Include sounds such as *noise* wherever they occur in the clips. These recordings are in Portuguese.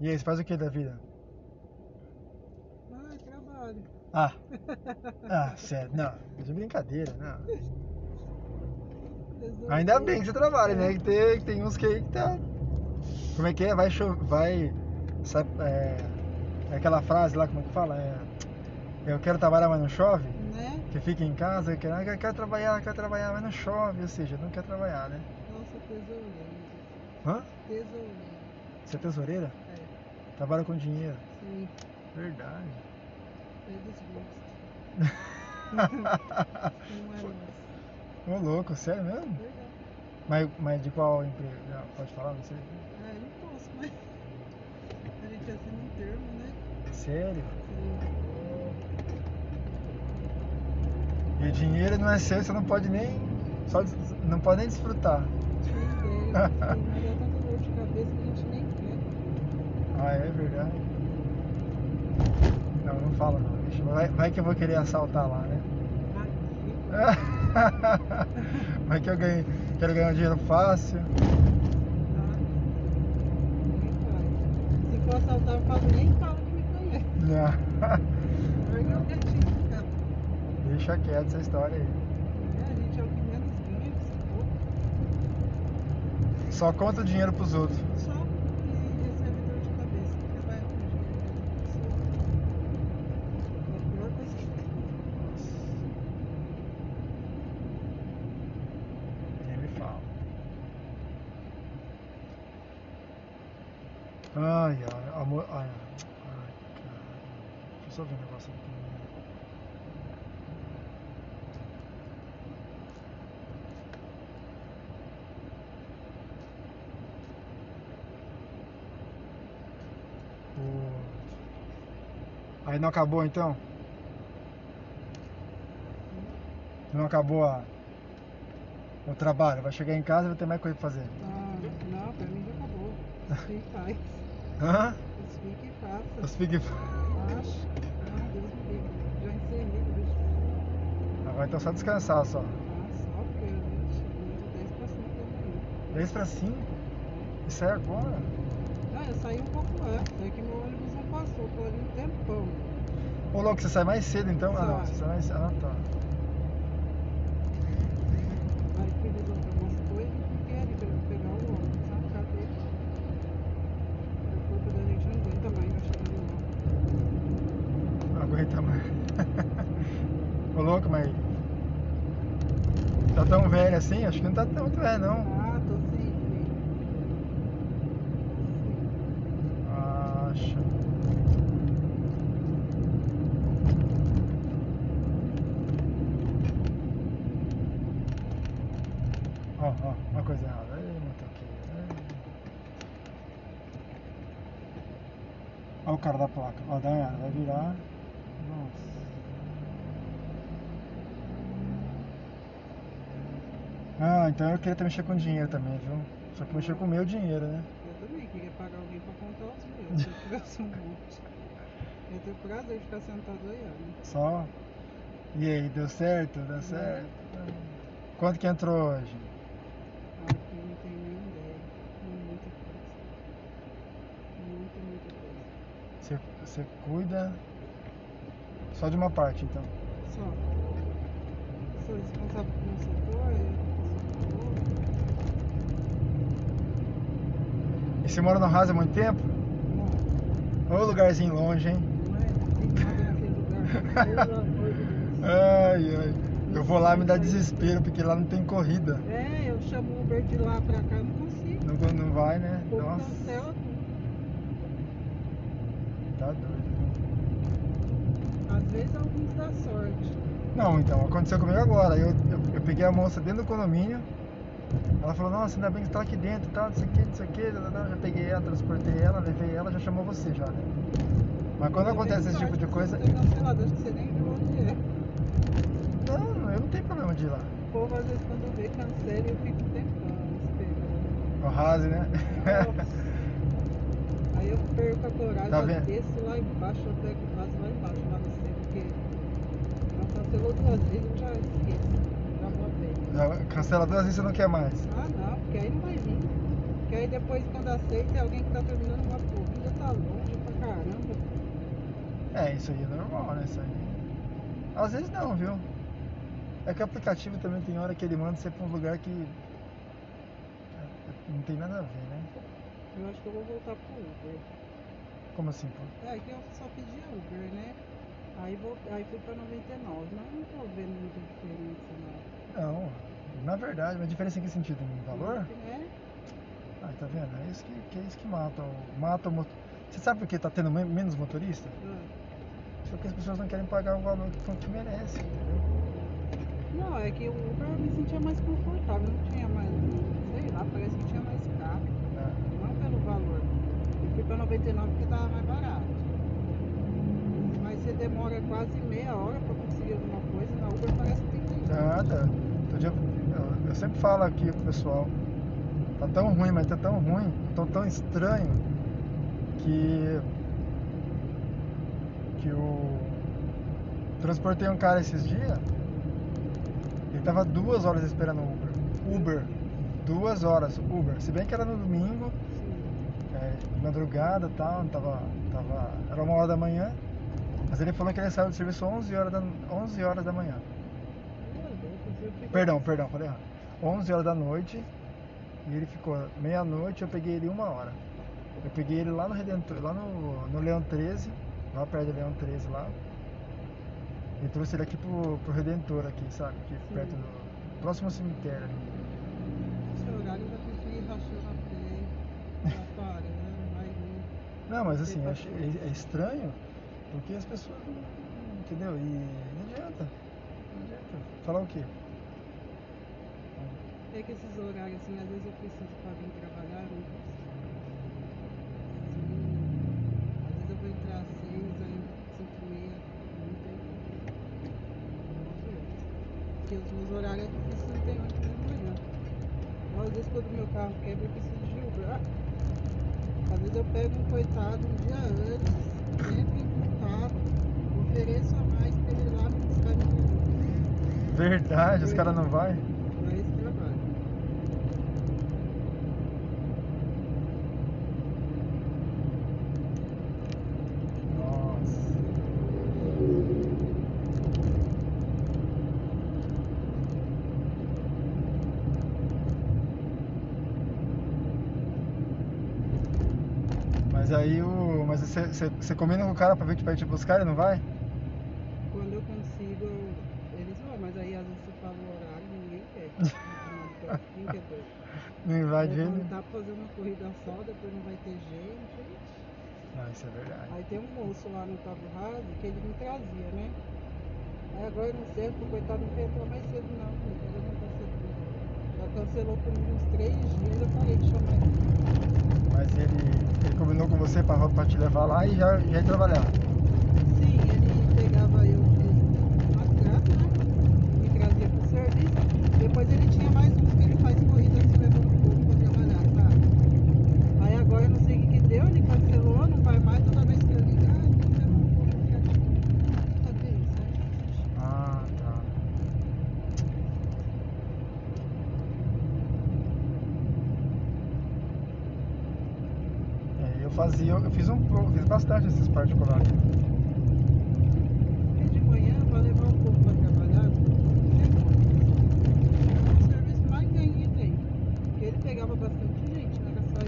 E aí, você faz o que da vida? Ah, trabalho. Ah, ah, sério, não, de brincadeira, não. Ainda bem que você trabalha, né? Que tem, que tem uns que aí que tá. Como é que é? Vai chover. Vai. sa- É, é aquela frase lá, como é que fala? É, eu quero trabalhar, mas não chove? Né? Que fica em casa, que ah, eu quero trabalhar, eu quero trabalhar, mas não chove. Ou seja, não quer trabalhar, né? Nossa, tesoureiro. Hã? Tesoureiro. Você é tesoureira? Trabalha com dinheiro. Sim, é Verdade. todos os *laughs* gostos. Não é Ô nosso. louco, sério mesmo? Verdade. Mas, mas de qual emprego? Não, Pode falar, não sei. Ah, eu não posso, mas. A gente assina um termo, né? Sério? Sim. E o dinheiro não é seu, você não pode nem. Só, des- não pode nem desfrutar. Tem ideia. Mas dá tanta dor de cabeça que a gente nem quer. Ah, é verdade. Não, não fala não. Deixa, vai, vai que eu vou querer assaltar lá, né? *laughs* Aqui. vai que eu ganho, quero ganhar um dinheiro fácil. Ah, nem fala. Se for assaltar, eu falo, nem fala que me conhece. Não. *laughs* Porque eu quietinho, cara. Deixa quieto essa história aí. É, a gente é o que menos ganha, se for. Só conta o dinheiro pros outros. Só e recebe dor de cabeça. Você vai com dinheiro da outra pessoa. É a pior coisa que tem. Nem me fala. Ai, ai, amor. Ai, ai, cara. Deixa eu só ver um negócio aqui. O- Aí não acabou então? Então Não acabou a... o trabalho. Vai chegar em casa e vai ter mais coisa pra fazer. Ah, não, pra mim já *laughs* acabou. Os filhos faz. Hã? Os filhos que faça. Os Big Acho. Ah, Deus me livre. Já encerrei o bicho. Agora então só descansar só. Ah, só porque a gente deu 10% da 10 para 5? Isso aí agora? manhã. Ah, eu saí um pouco antes. É que meu ônibus não passou. Tô ali um tempão. Ô louco, você sai mais cedo então? Ah não, Sai. você sai mais cedo. Ah tá. Aí fui resolver umas coisas e fiquei ali pra pegar o ônibus. Sabe? Acabei. O corpo da gente não aguenta mais já chegar no ônibus. Não aguenta mais. *laughs* Ô louco, mas. Tá tão velho assim? Acho que não tá tão muito velho não. Ah, tô sem jeito. Acho. Ó, ó, uma coisa errada. Ei, motoqueiro. ei. Olha o cara da placa. Ó, dá uma olhada, vai virar. Nossa. Ah, então eu queria até mexer com dinheiro também, viu? Só que mexer com o meu dinheiro, né? Eu também queria pagar alguém pra contar os meus, se eu tivesse um monte. Eu tenho prazer de ficar sentado aí, olha. Só. E aí, deu certo? Deu certo? Quanto que entrou hoje? Aqui eu não tenho nem ideia. Muita coisa. Muita, muita coisa. Você, você cuida só de uma parte, então. Só. Sou responsável por um setor, eu sou outro. E você mora no Haas há muito tempo? Não, Ô, lugarzinho longe, hein? não é? Não tem nada naquele lugar. Pelo amor de Deus. *laughs* Ai, ai. Eu vou lá me dar desespero, porque lá não tem corrida. É, eu chamo o Uber de lá pra cá, eu não consigo. Não, não vai, né? O povo Nossa, cancela tudo. tá doido. Às vezes alguns dá sorte. Não, então, aconteceu comigo agora. Eu, eu, eu peguei a moça dentro do condomínio. Ela falou, nossa, ainda bem que você tá aqui dentro, e tal, não sei o que, não sei o que. Já peguei ela, transportei ela, levei ela, já chamou você já, né? Mas quando Eu acontece tenho esse tipo sorte, de coisa, Você cancelado, acho que você nem viu onde é. Não, eu não tenho problema de ir lá. O povo às vezes quando vê cancela eu fico um tempão *laughs* esperando. O Rase, né? Nossa. Aí eu perco a coragem, Tá eu vendo? desço lá embaixo, eu pego o vaso lá embaixo, lá no centro, porque já cancelou duas vezes, eu já esqueço. Já vou ver. Já cancela duas vezes você não quer mais. Ah não, porque aí não vai vir. Porque aí depois, quando aceita, é alguém que tá terminando uma corrida, tá longe pra caramba. É, isso aí é normal, né? Isso aí. Às vezes não, viu? É que o aplicativo também tem hora que ele manda você pra um lugar que. é, Não tem nada a ver, né? Eu acho que eu vou voltar pro Uber. Como assim, pô? É, que eu só pedi Uber, né? Aí, voltei, aí fui pra 99, mas não tô vendo muita diferença, não. Não, na verdade, mas a diferença é em que sentido? Em valor? Né? Ah, tá vendo? É isso que, que é isso que mata o. Mata o motor. Você sabe por que tá tendo men- menos motorista? Ah. Porque as pessoas não querem pagar o valor que, que merece, entendeu? Não, é que o Uber eu me sentia mais confortável, não tinha mais, sei lá, parece que tinha mais carro. É. Não pelo valor. Eu fui pra 99 porque tava mais barato. Mas você demora quase meia hora pra conseguir alguma coisa. Na Uber parece que tem que Nada. Outro dia eu, eu sempre falo aqui pro pessoal, tá tão ruim, mas tá tão ruim, tão, tão estranho, que. que o. Transportei um cara esses dias, ele tava duas horas esperando o Uber. Uber. Duas horas, Uber. Se bem que era no domingo, é, de madrugada e tal, tava, tava, era uma hora da manhã, mas ele falou que ele saiu do serviço 11 horas da, 11 horas da manhã. Perdão, perdão, falei errado. 11 horas da noite e ele ficou meia-noite, eu peguei ele uma hora. Eu peguei ele lá no Redentor, lá no, no Leão 13, lá perto do Leão 13 lá. E trouxe ele aqui pro, pro Redentor aqui, sabe? Aqui Sim. perto do. Próximo ao cemitério ali. Esse horário eu já consegui rachando a pé, já tá parando, mais um. Não, mas assim, Tem é, paciência. é- é estranho porque as pessoas não. não- Entendeu? E não adianta. Não adianta. Falar o quê? É que esses horários, assim, às vezes eu preciso pra vir trabalhar, eu não consigo. Assim, Às vezes eu vou entrar às seis, aí cinco e meia, não tem Porque os meus horários aqui isso não tem oito da manhã. Mas né? às vezes quando meu carro quebra eu preciso de Uber. Ah, Às vezes eu pego um coitado um dia antes, entro em contato, ofereço a mais pra ele ir lá me buscar de novo. Verdade, os caras não vai. Pra esse trabalho. Nossa. Mas aí o. Mas você, você, você combina com o cara pra ver que vai te buscar, ele não vai? Quando eu consigo, eu- eles vão, mas aí às vezes você fala o horário, ninguém quer. Ninguém quer doido. Não vai de Aí jeito Não nenhum. dá pra fazer uma corrida só, depois não vai ter gente. Não, isso é verdade. Aí tem um moço lá no Cabo Raso que ele me trazia, né? Aí agora eu não sei, porque o coitado não quer entrar mais cedo não, porque ele não vai cedo. Já cancelou comigo uns três dias, eu parei de chamar ele. Mas ele, ele combinou com você pra, pra te levar lá e já, já ir trabalhar. Sim, ele pegava eu de madrugada, né? Me trazia pro serviço. Depois ele tinha mais um que ele faz corrida assim, levando o povo pra trabalhar, sabe? Aí agora eu não sei o que, que deu, ele cancelou, não vai mais, toda vez que eu ligar, ele me leva um pouco pra cá. Cadê isso, né? Ah, tá. É, eu fazia, eu fiz um pouco, fiz bastante esses particulares. Porque de manhã vai levar o povo pra trabalhar, é um serviço mais ganho que tem. Porque ele pegava bastante gente, né, não era só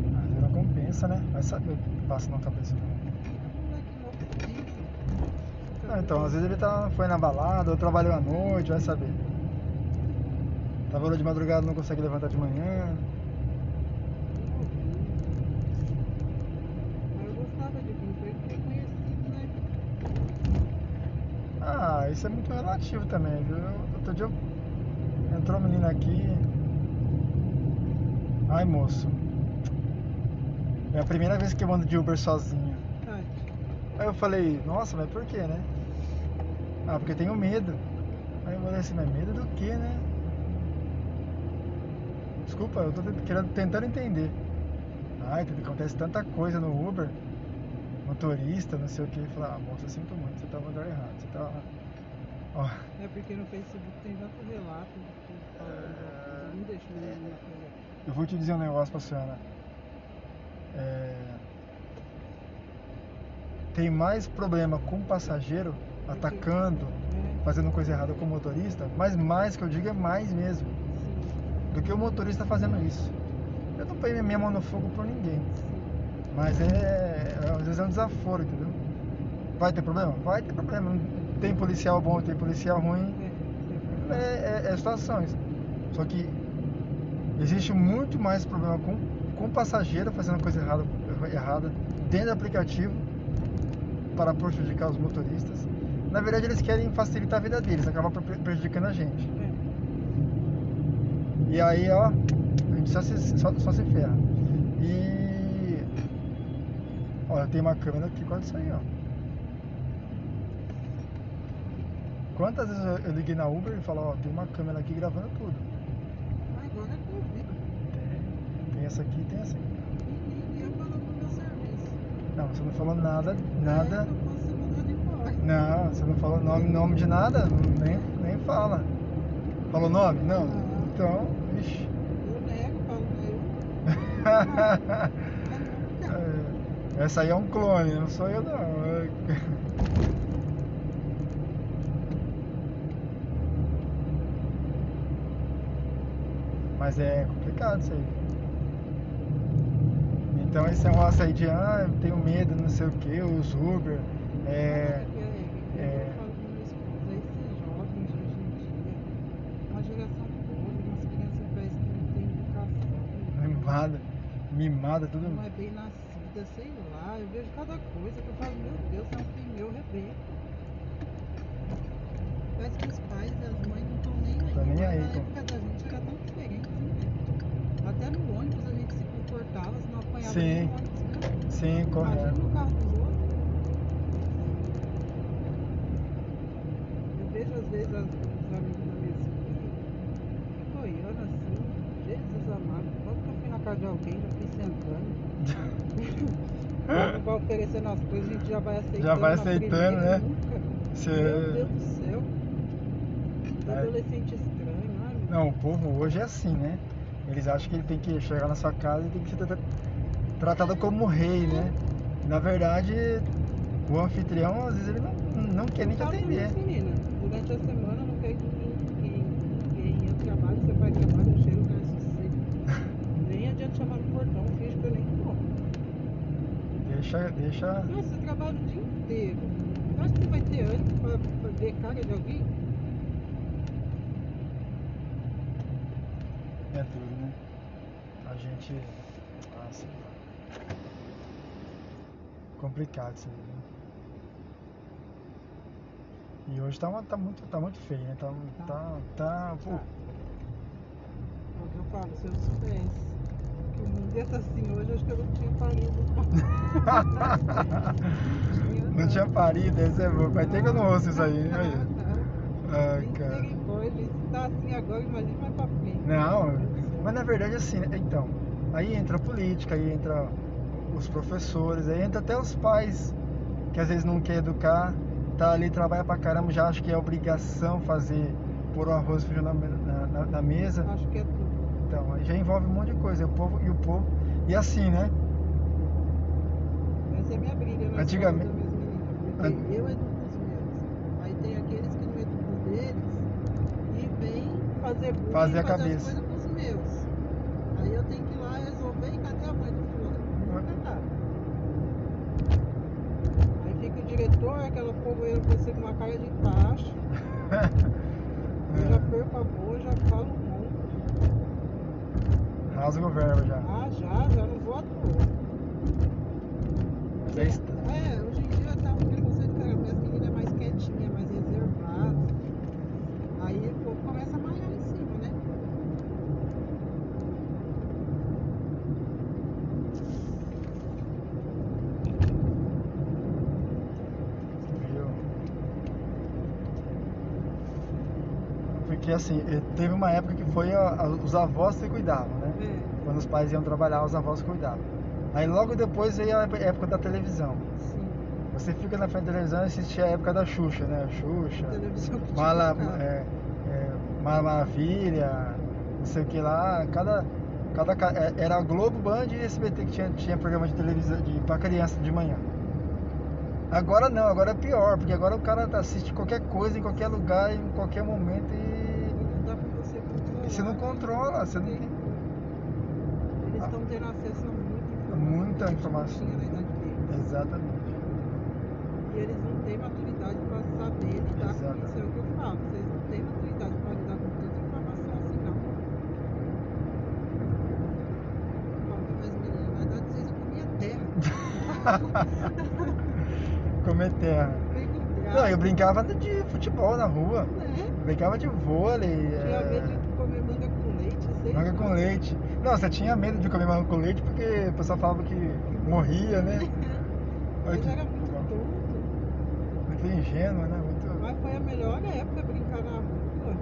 eu Mas não. não compensa, né? Vai saber o que passa na cabeça dele. Moleque novo, rico. Não, então, às vezes ele tá, foi na balada, ou trabalhou à noite, vai saber. Trabalhou de madrugada, não consegue levantar de manhã. Mas eu gostava de vir pra ele ter conhecido, né? Ah, isso é muito relativo também, viu? Eu- Outro dia eu- entrou um menino aqui. Ai, moço. É a primeira vez que eu ando de Uber sozinho. Tati. Aí eu falei, nossa, mas por quê, né? Ah, porque eu tenho medo. Aí eu falei assim, mas medo do quê, né? Desculpa, eu tô tent- querendo, tentando entender. Ai, Pepe, acontece tanta coisa no Uber, motorista, não sei o que. Falar, ah, moça, sinto muito, você tá no lugar errado. Você tá. Ó, É porque no Facebook tem tanto relato de que fala. Não deixa o menino na coisa. Eu vou te dizer um negócio pra senhora. É, Tem mais problema com o passageiro atacando, É, fazendo coisa errada com o motorista, mas mais que eu digo é mais mesmo, sim, do que o motorista fazendo isso. Eu não ponho minha mão no fogo por ninguém, sim. mas é. Às vezes é um desaforo, entendeu? Vai ter problema? Vai ter problema. Tem policial bom, tem policial ruim. É, É, você é, é situações. Só que existe muito mais problema com, com o passageiro fazendo coisa errada, errada dentro do aplicativo para prejudicar os motoristas. Na verdade, eles querem facilitar a vida deles, acabar pre- prejudicando a gente. E aí, ó, a gente só se, só, só se ferra. E. Olha, tem uma câmera aqui, quase isso aí, ó. Quantas vezes eu, eu liguei na Uber e falo, ó, tem uma câmera aqui gravando tudo. vai. É. Agora eu convido. Tem essa aqui, tem essa aqui. E eu falo pro meu serviço. Não, você não falou nada, Aí nada. Eu não posso mandar ele embora. Não, você não falou nome, nome de nada, nem, nem fala. Falou nome? Não. Não. Então, vixi. Eu nego, falo, né? Eu. Aí não, É, Essa aí é um clone, não sou eu não. É- Mas é complicado isso aí. Então esse é um açaí de ah, eu tenho medo, não sei o que, os Uber. É, é. Eu falo com meus filhos, aí esses jovens de hoje em dia, uma geração pobre, umas crianças velhas que não têm educação, mimada, mimada, tudo. não é bem nascida, sei lá, eu vejo cada coisa que eu falo, meu Deus, é um pneu rebento. Parece que os pais e as mães não estão nem aí. Tá nem mas aí, na pô. época da gente era tão diferente, né? Até no ônibus a gente se comportava, se não apanhava Sim. no ônibus, né? Sim, Imagina correto. o carro dos outros. Eu vejo às vezes as, os amigos da minha filha boiando assim. Jesus amado, quando que eu fui na casa de alguém, já fui sentando. Quando vai oferecendo as coisas, a gente já vai aceitando. Já vai na aceitando, né? primeira, Nunca. Meu Você... Deus do céu. É. Adolescente estranho, ai meu Não, o povo hoje é assim, né? Eles acham que ele tem que chegar na sua casa e tem que ser tra- tratado como rei, né? Na verdade, o anfitrião, às vezes, ele não, não quer nem te Fala pra atender. minhas meninas, Durante a semana um eu não pego ninguém, ninguém. Eu é trabalho, seu pai trabalha, eu chego, eu sossego. Nem adianta chamar no portão, finge que eu nem tô. Deixa, deixa. Nossa, você trabalha o dia inteiro. Você acha que vai ter ânimo pra, pra ver cara de alguém? É duro, né? A gente. ah, Nossa. Complicado isso aí, né? E hoje tá, uma- tá muito, tá muito feio, né? Tá. tá, tá pô, É o que eu falo, se eu soubesse que o mundo ia estar assim hoje, acho que eu não tinha parido. *laughs* não tinha parido, esse é bom. Vai ter que eu não ouço isso aí, né? *laughs* Olha. Ah, Ai, cara. Né? Misericórdia, se tá assim agora, imagina mais pra frente. Não, Isso. mas na verdade assim, né? então, aí entra a política, aí entra os professores, aí entra até os pais, que às vezes não quer educar, tá ali, trabalha pra caramba, já acha que é obrigação fazer pôr o arroz e feijão na, me- na- na- na mesa. Acho que é tudo. Então, aí já envolve um monte de coisa, e o povo, e o povo. E assim, né? *laughs* Essa é a minha briga na Antigamente- escola das minhas An- meninas. Porque Eu educo os meus. Aí tem aqueles que não educam os deles e vem fazer bullying, Fazer a fazer cabeça. as coisas com os meus. Aí eu tenho que ir lá resolver e cadê a mãe do fulano? Nunca tá. Aí fica o diretor, aquela povoeira com você com uma cara de tacho. É, Eu já perco a boa, já falo um muito. Rasga o verbo já. Ah, já, já não vou à toa. Mas é isso. É, hoje em dia tá um preconceito cara, porque as meninas é mais quietinha, mais reservada. Aí o povo começa a malhar em cima, né? Viu? Porque assim, eh, teve uma época que foi a- a- os avós que cuidavam, né? É, Quando os pais iam trabalhar, os avós cuidavam. Aí logo depois veio a época da televisão. sim. Você fica na frente da televisão e assiste a época da Xuxa, né? Xuxa, Televisão que te Mala, toca. é, é, Mara Maravilha, não sei o que lá, cada. cada ca- é- era a Globo Band e SBT que tinha, tinha programa de televisão de, pra criança de manhã. Agora não, agora é pior, porque agora o cara assiste qualquer coisa em qualquer lugar, em qualquer momento e, Não dá pra você controlar. e você não controla, você não. Eles estão tendo acesso a muita Muita informação. informação. que não Tinha na idade deles. Exatamente. E eles não têm maturidade para saber lidar Exato. com isso. É o que eu falo. Vocês não têm maturidade para lidar com tanta informação assim, não. Bom, mas menina, na idade de vocês comia terra. Comer é terra. Vem com terra. Não, eu É. brincava de futebol na rua. Né? Eu brincava de vôlei. Tinha é, medo de comer manga com leite, sei Manga lá. com leite. Não, você tinha medo de comer manga com leite porque o pessoal falava que morria, *laughs* né? Olha Mas que- era muito tonto. Muito ingênuo, né? Muito... Mas foi a melhor época brincar na rua.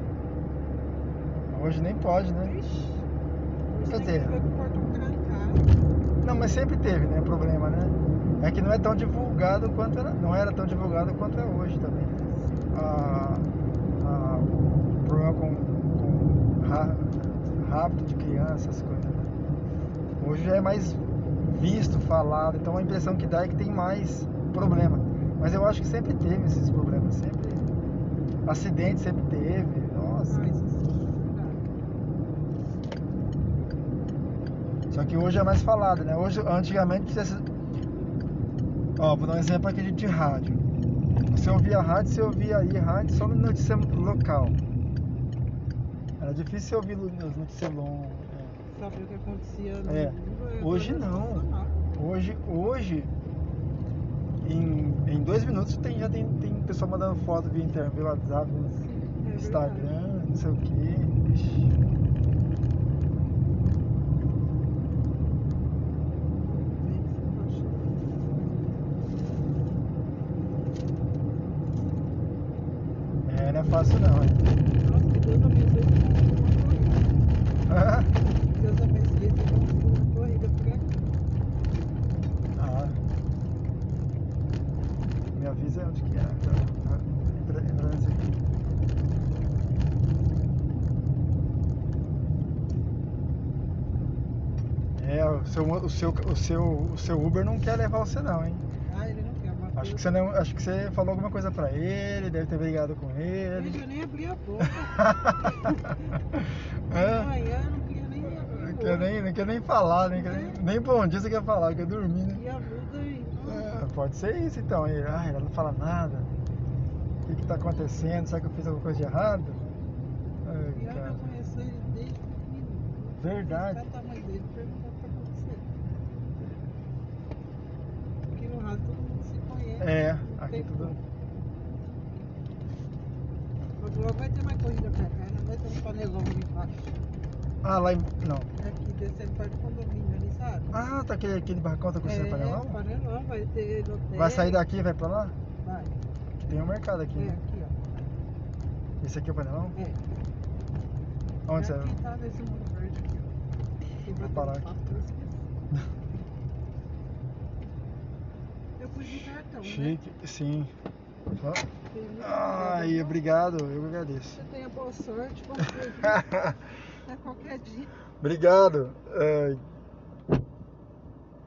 Hoje nem pode, né? Ixi. Hoje Quer tem que dizer- viver com o portão trancado. Não, mas sempre teve, né? Problema, né? É que não é tão divulgado quanto era. Não era tão divulgado quanto é hoje também. né? A, a, o problema com, com ra- rapto de criança, essas coisas. né? Hoje já é mais visto, falado, então a impressão que dá é que tem mais problema. Mas eu acho que sempre teve esses problemas, sempre. Acidente sempre teve, nossa. Ah, isso sim, é verdade. Só que hoje é mais falado, né? Hoje, antigamente, precisa... Ó, vou dar um exemplo aqui de, de rádio. Você ouvia rádio, você ouvia aí rádio só no notícia local. Era difícil você ouvir lo- é. as notícias longas. Saber o que acontecia no É. mundo é Hoje coisa não. sensacional. Hoje, hoje em, em dois minutos, tem, já tem, tem pessoa mandando foto via internet, via WhatsApp, via Sim, é verdade. Instagram, não sei o quê. Ixi. É, não é fácil não. Nossa, que Deus abençoe esse mundo corrida. hein? *laughs* Deus abençoe esse mundo corrida por aqui. Ah. Me avisa onde que é. Tá? Entra, entra nesse aqui. É, o seu, o, seu, o, seu, o seu Uber não quer levar você não, hein? Ah, ele não quer matar. Acho que você, não, acho que você falou alguma coisa pra ele, deve ter brigado com Hoje ele. eu nem abri a *laughs* boca. Hã? Amanhã eu não queria nem abrir a boca. É. não, quer nem, não quer nem falar, nem, quer nem, nem bom dia você quer falar, quer dormir, né? E a Luda aí. É, pode ser isso então. E, ah, ela não fala nada. O que está acontecendo? Será que eu fiz alguma coisa de errado? Ai, E eu É, cara. já conheço ele desde pequenininho. Verdade. Tratar a mãe dele perguntar o que aconteceu. Aqui no rádio todo mundo se conhece. É, não aqui né? tem tudo. como. Mas logo vai ter mais corrida pra cá, não vai ter um panelão ali embaixo. Ah, lá em. Não. É aqui descendo perto do condomínio ali, sabe? Ah, tá aquele, aquele barcão tá construindo é, pra lá? panelão, vai ter hotel. Vai sair daqui e vai pra lá? Vai. Que tem um mercado aqui. É, aqui, ó. Esse aqui é o panelão? É. Onde é você aqui tá nesse mundo verde aqui, ó. Vou Tem bater parar um aqui. papo, eu esqueci. Eu pus no cartão, né? tá Chique, sim. Tem muito Ai, obrigado. obrigado, eu que agradeço. *laughs* Você tenha boa sorte, bom dia. viu? Até qualquer dia. obrigado. É, Ai,